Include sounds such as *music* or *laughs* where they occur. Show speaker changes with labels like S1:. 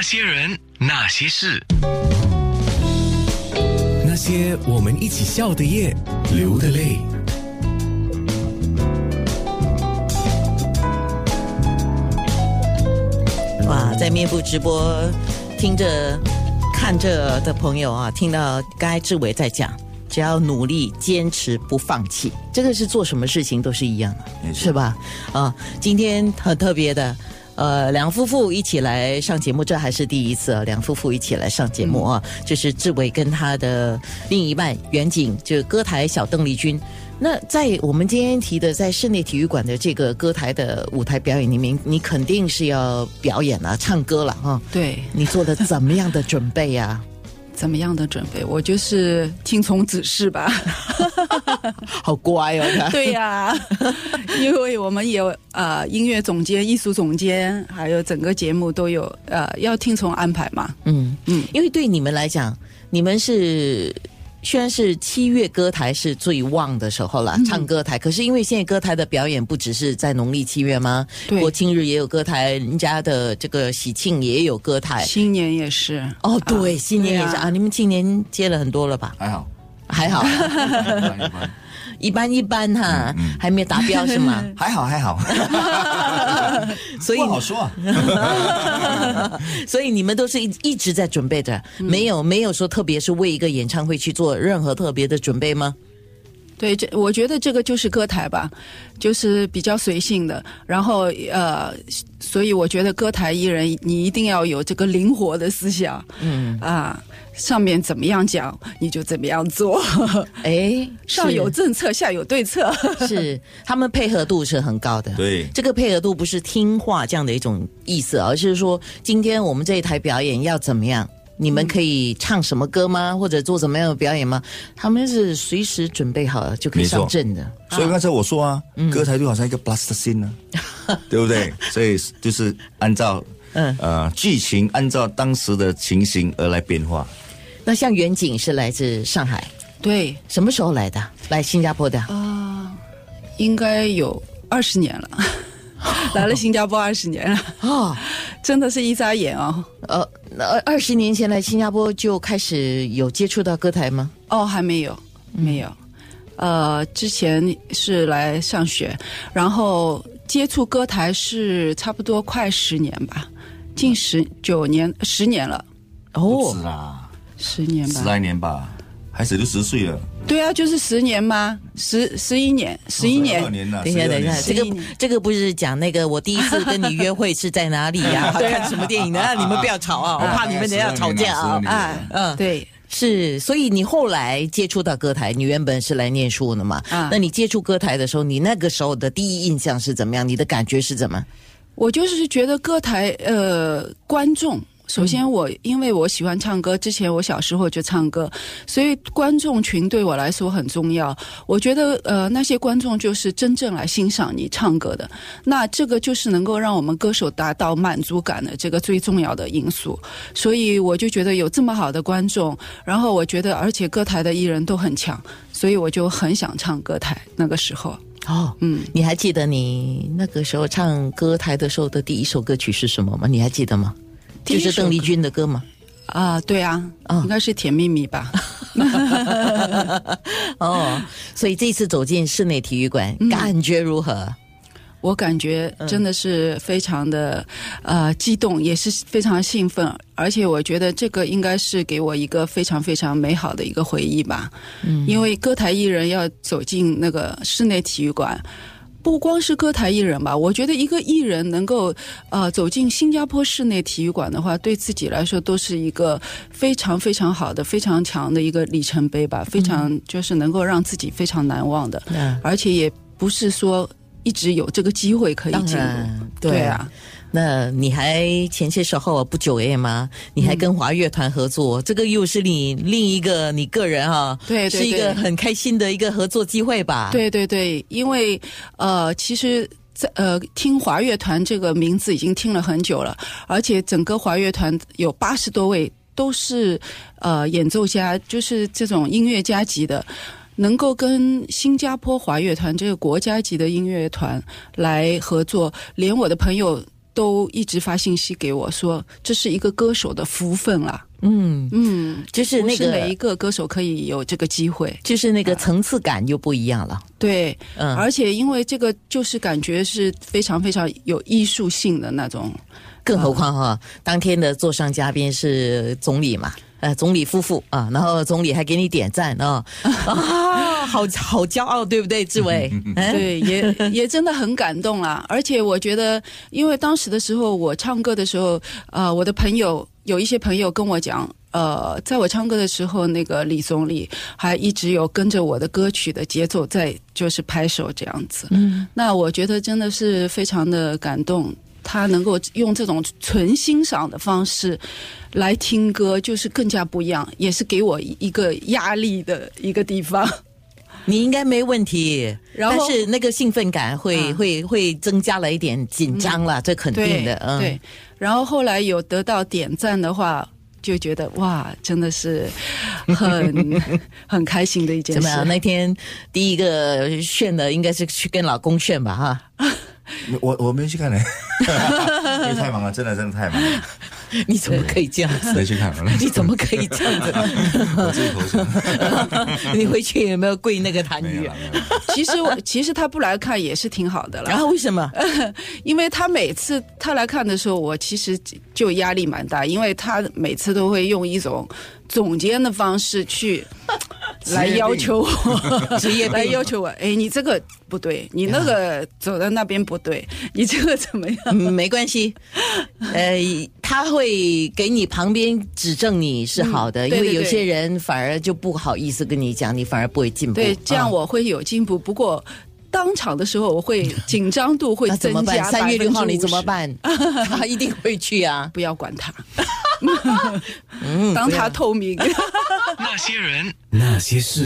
S1: 些人，那些事，
S2: 那些我们一起笑的夜，流的泪。
S3: 哇，在面部直播听着、看着的朋友啊，听到刚才志伟在讲，只要努力、坚持、不放弃，这个是做什么事情都是一样的，是吧？啊，今天很特别的。呃，两夫妇一起来上节目，这还是第一次啊！两夫妇一起来上节目啊，就是志伟跟他的另一半远景，就是歌台小邓丽君。那在我们今天提的在室内体育馆的这个歌台的舞台表演里面，你肯定是要表演了、唱歌了哈、啊
S4: 对，
S3: 你做了怎么样的准备啊呀、
S4: 怎么样的准备？我就是听从指示吧。 *laughs*
S3: 好乖哦！他
S4: 对呀、因为我们有呃音乐总监、艺术总监，还有整个节目都有呃要听从安排嘛。
S3: 嗯嗯
S4: 嗯，
S3: 因为对你们来讲，你们是虽然是七月歌台是最旺的时候啦，唱歌台。可是因为现在歌台的表演不只是在农历七月吗？
S4: 对
S3: 国庆日也有歌台，人家的这个喜庆也有歌台。
S4: 新年也是
S3: 哦，对，新年也是
S4: 对
S3: 啊
S4: 啊
S3: 你们今年接了很多了吧？
S5: 还好， *laughs*
S3: 还 *laughs* 好，一般一般哈，还没有达标是 *laughs* 吗？
S5: 还好，还好，
S3: 所以
S5: 不好说啊。
S3: *laughs* 所以你们都是一一直在准备着，没有没有说特别是为一个演唱会去做任何特别的准备吗？
S4: 对，这我觉得这个就是歌台吧，就是比较随性的。然后呃，所以我觉得歌台艺人你一定要有这个灵活的思想，嗯啊，上面怎么样讲你就怎么样 *laughs* 做，
S3: 哎，
S4: 上
S3: 是
S4: 有政策，下有对策。
S3: *laughs* 是他们配合度是很高的。
S5: 对
S3: 这个配合度不是听话这样的一种意思，而是说今天我们这一台表演要怎么样。你们可以唱什么歌吗？或者做怎么样的表演吗？他们是随时准备好了就可以
S5: 没错
S3: 上阵的。
S5: 所以刚才我说啊，
S3: 嗯
S5: 歌台就好像一个 plasticine
S3: *laughs*
S5: 啊，对不对？所以就是按照
S3: 嗯
S5: 呃剧情，按照当时的情形而来变化。
S3: 那像远景是来自上海，
S4: 对，
S3: 什么时候来的？来新加坡的？
S4: 应该有二十年 *laughs* 了，来了新加坡二十年了，
S3: 哦，
S4: 真的是一眨眼哦。
S3: 呃，那二二十年前来新加坡就开始有接触到歌台吗？
S4: 哦，还没有，没有。呃，之前是来上学，然后接触歌台是差不多快十年吧，近十九年十年了，
S5: 不
S3: 哦
S5: 止，啦，
S4: 十年
S5: 十
S4: 吧。
S5: 来年吧，孩子都十岁了，
S4: 对啊，就是十年吗？十十一年，十一年
S5: 12。年了，
S3: 等一下，
S5: 12
S3: 等一下，
S5: 年
S3: 这个
S4: 十一年
S3: 这个不是讲那个我第一次跟你约会是在哪里呀、 *laughs* 看什么电影呢？ *laughs* 啊你们不要吵啊，我怕你们等一下吵架啊
S5: 12。年了
S4: 啊，
S3: 嗯
S4: 对，
S3: 是，所以你后来接触到歌台，你原本是来念书的嘛？
S4: 啊
S3: 那你接触歌台的时候，你那个时候的第一印象是怎么样？你的感觉是怎么？
S4: 我就是觉得歌台呃观众。首先我，因为我喜欢唱歌，之前我小时候就唱歌，所以观众群对我来说很重要。我觉得，呃，那些观众就是真正来欣赏你唱歌的，那这个就是能够让我们歌手达到满足感的这个最重要的因素。所以我就觉得有这么好的观众，然后我觉得，而且歌台的艺人都很强，所以我就很想唱歌台。那个时候，
S3: 哦，
S4: 嗯，
S3: 你还记得你那个时候唱歌台的时候的第一首歌曲是什么吗？你还记得吗？
S4: 第一
S3: 就是
S4: 首
S3: 邓丽
S4: 歌
S3: 君的歌吗？
S4: 啊、对啊，
S3: 啊
S4: 应该是《甜蜜蜜》吧。
S3: 哦，所以这次走进室内体育馆，
S4: 嗯
S3: 感觉如何？
S4: 我感觉真的是非常的、呃激动，也是非常兴奋，而且我觉得这个应该是给我一个非常非常美好的一个回忆吧。嗯，因为歌台艺人要走进那个室内体育馆。不光是歌台艺人吧，我觉得一个艺人能够，呃，走进新加坡室内体育馆的话，对自己来说都是一个非常非常好的、非常强的一个里程碑吧，非常就是能够让自己非常难忘的。
S3: 嗯，
S4: 而且也不是说一直有这个机会可以
S3: 当
S4: 进入。
S3: 然，
S4: 对啊，
S3: 那你还前些时候啊不久也嘛，你还跟华乐团合作，这个又是你另一个你个人哈、
S4: 嗯对对
S3: 是一个
S4: 对
S3: 很开心的一个合作机会吧？，
S4: 对对对，因为
S3: 啊
S4: 呃，其实。在呃，听华乐团这个名字已经听了很久了，而且整个华乐团有八十多位都是呃演奏家，就是这种音乐家级的，能够跟新加坡华乐团这个国家级的音乐团来合作，连我的朋友都一直发信息给我说，这是一个歌手的福分啦。
S3: 嗯，
S4: 嗯，
S3: 就是那
S4: 不每一嗯
S3: 个，
S4: 个歌手可以有这个机会。
S3: 就是那个层次感又不一样了。
S4: 对，
S3: 嗯，
S4: 而且因为这个就是感觉是非常非常有艺术性的那种，
S3: 更何况哈、
S4: 嗯
S3: 当天的座上嘉宾是总理嘛，呃，总理夫妇啊，然后总理还给你点赞
S4: *laughs*
S3: 啊，啊，好好骄傲，对不对，志
S4: *laughs*
S3: 伟？哎，
S4: 对，也也真的很感动啦。而且我觉得，因为当时的时候我唱歌的时候，呃，我的朋友有一些朋友跟我讲。呃，在我唱歌的时候，那个李总理还一直有跟着我的歌曲的节奏在，就是拍手这样子。嗯，那我觉得真的是非常的感动，他能够用这种纯欣赏的方式来听歌，就是更加不一样，也是给我一个压力的一个地方。
S3: 你应该没问题，
S4: 然后
S3: 但是那个兴奋感会、
S4: 嗯
S3: 会会增加了一点紧张了，这肯定的，嗯，
S4: 对，然后后来有得到点赞的话，就觉得哇，真的是很 *laughs* 很开心的一件
S3: 怎
S4: 事
S3: 么。样？
S4: *laughs*
S3: 那天第一个炫的应该是去跟老公炫吧，
S4: *laughs*
S3: 哈。
S5: 我我没
S3: *laughs*
S5: 去看呢，因为太忙了，真的真的太忙了，
S3: 你怎么可以这样子？
S5: 没去看。
S3: 你怎么可以这样
S5: 我自己投诉，
S3: 子？ *laughs* 你回去有没有跪那个痰
S5: 没有
S3: 盂
S5: 了，？没有了。
S4: 其实我其实他不来看也是挺好的
S3: 然
S4: 了，
S3: 后为什么？
S4: 因为他每次他来看的时候，我其实就压力蛮大，因为他每次都会用一种总监的方式去来要求我，
S3: *laughs*
S4: 职业来要求我，哎，你这个不对，你那个走到那边不对，你这个怎么样？
S3: 嗯，没关
S4: *laughs*
S3: 系，呃，他会给你旁边指正你是好的，
S4: 嗯对
S3: 因为
S4: 对
S3: 有
S4: 对
S3: 些人反而就不好意思跟你讲，你反而不会进步。
S4: 对，这样
S3: 啊
S4: 我会有进步。不过当场的时候，我会紧张度
S3: *laughs*
S4: 会
S3: 那怎
S4: 增
S3: 么办
S4: 加？
S3: 三月六号
S4: 50%
S3: 你怎么？办？ *laughs* 他一定会去啊。
S4: 不要管
S3: *laughs*
S4: 他， *laughs*
S3: 嗯
S4: 当他透明。
S1: 那些人。
S2: 那些事。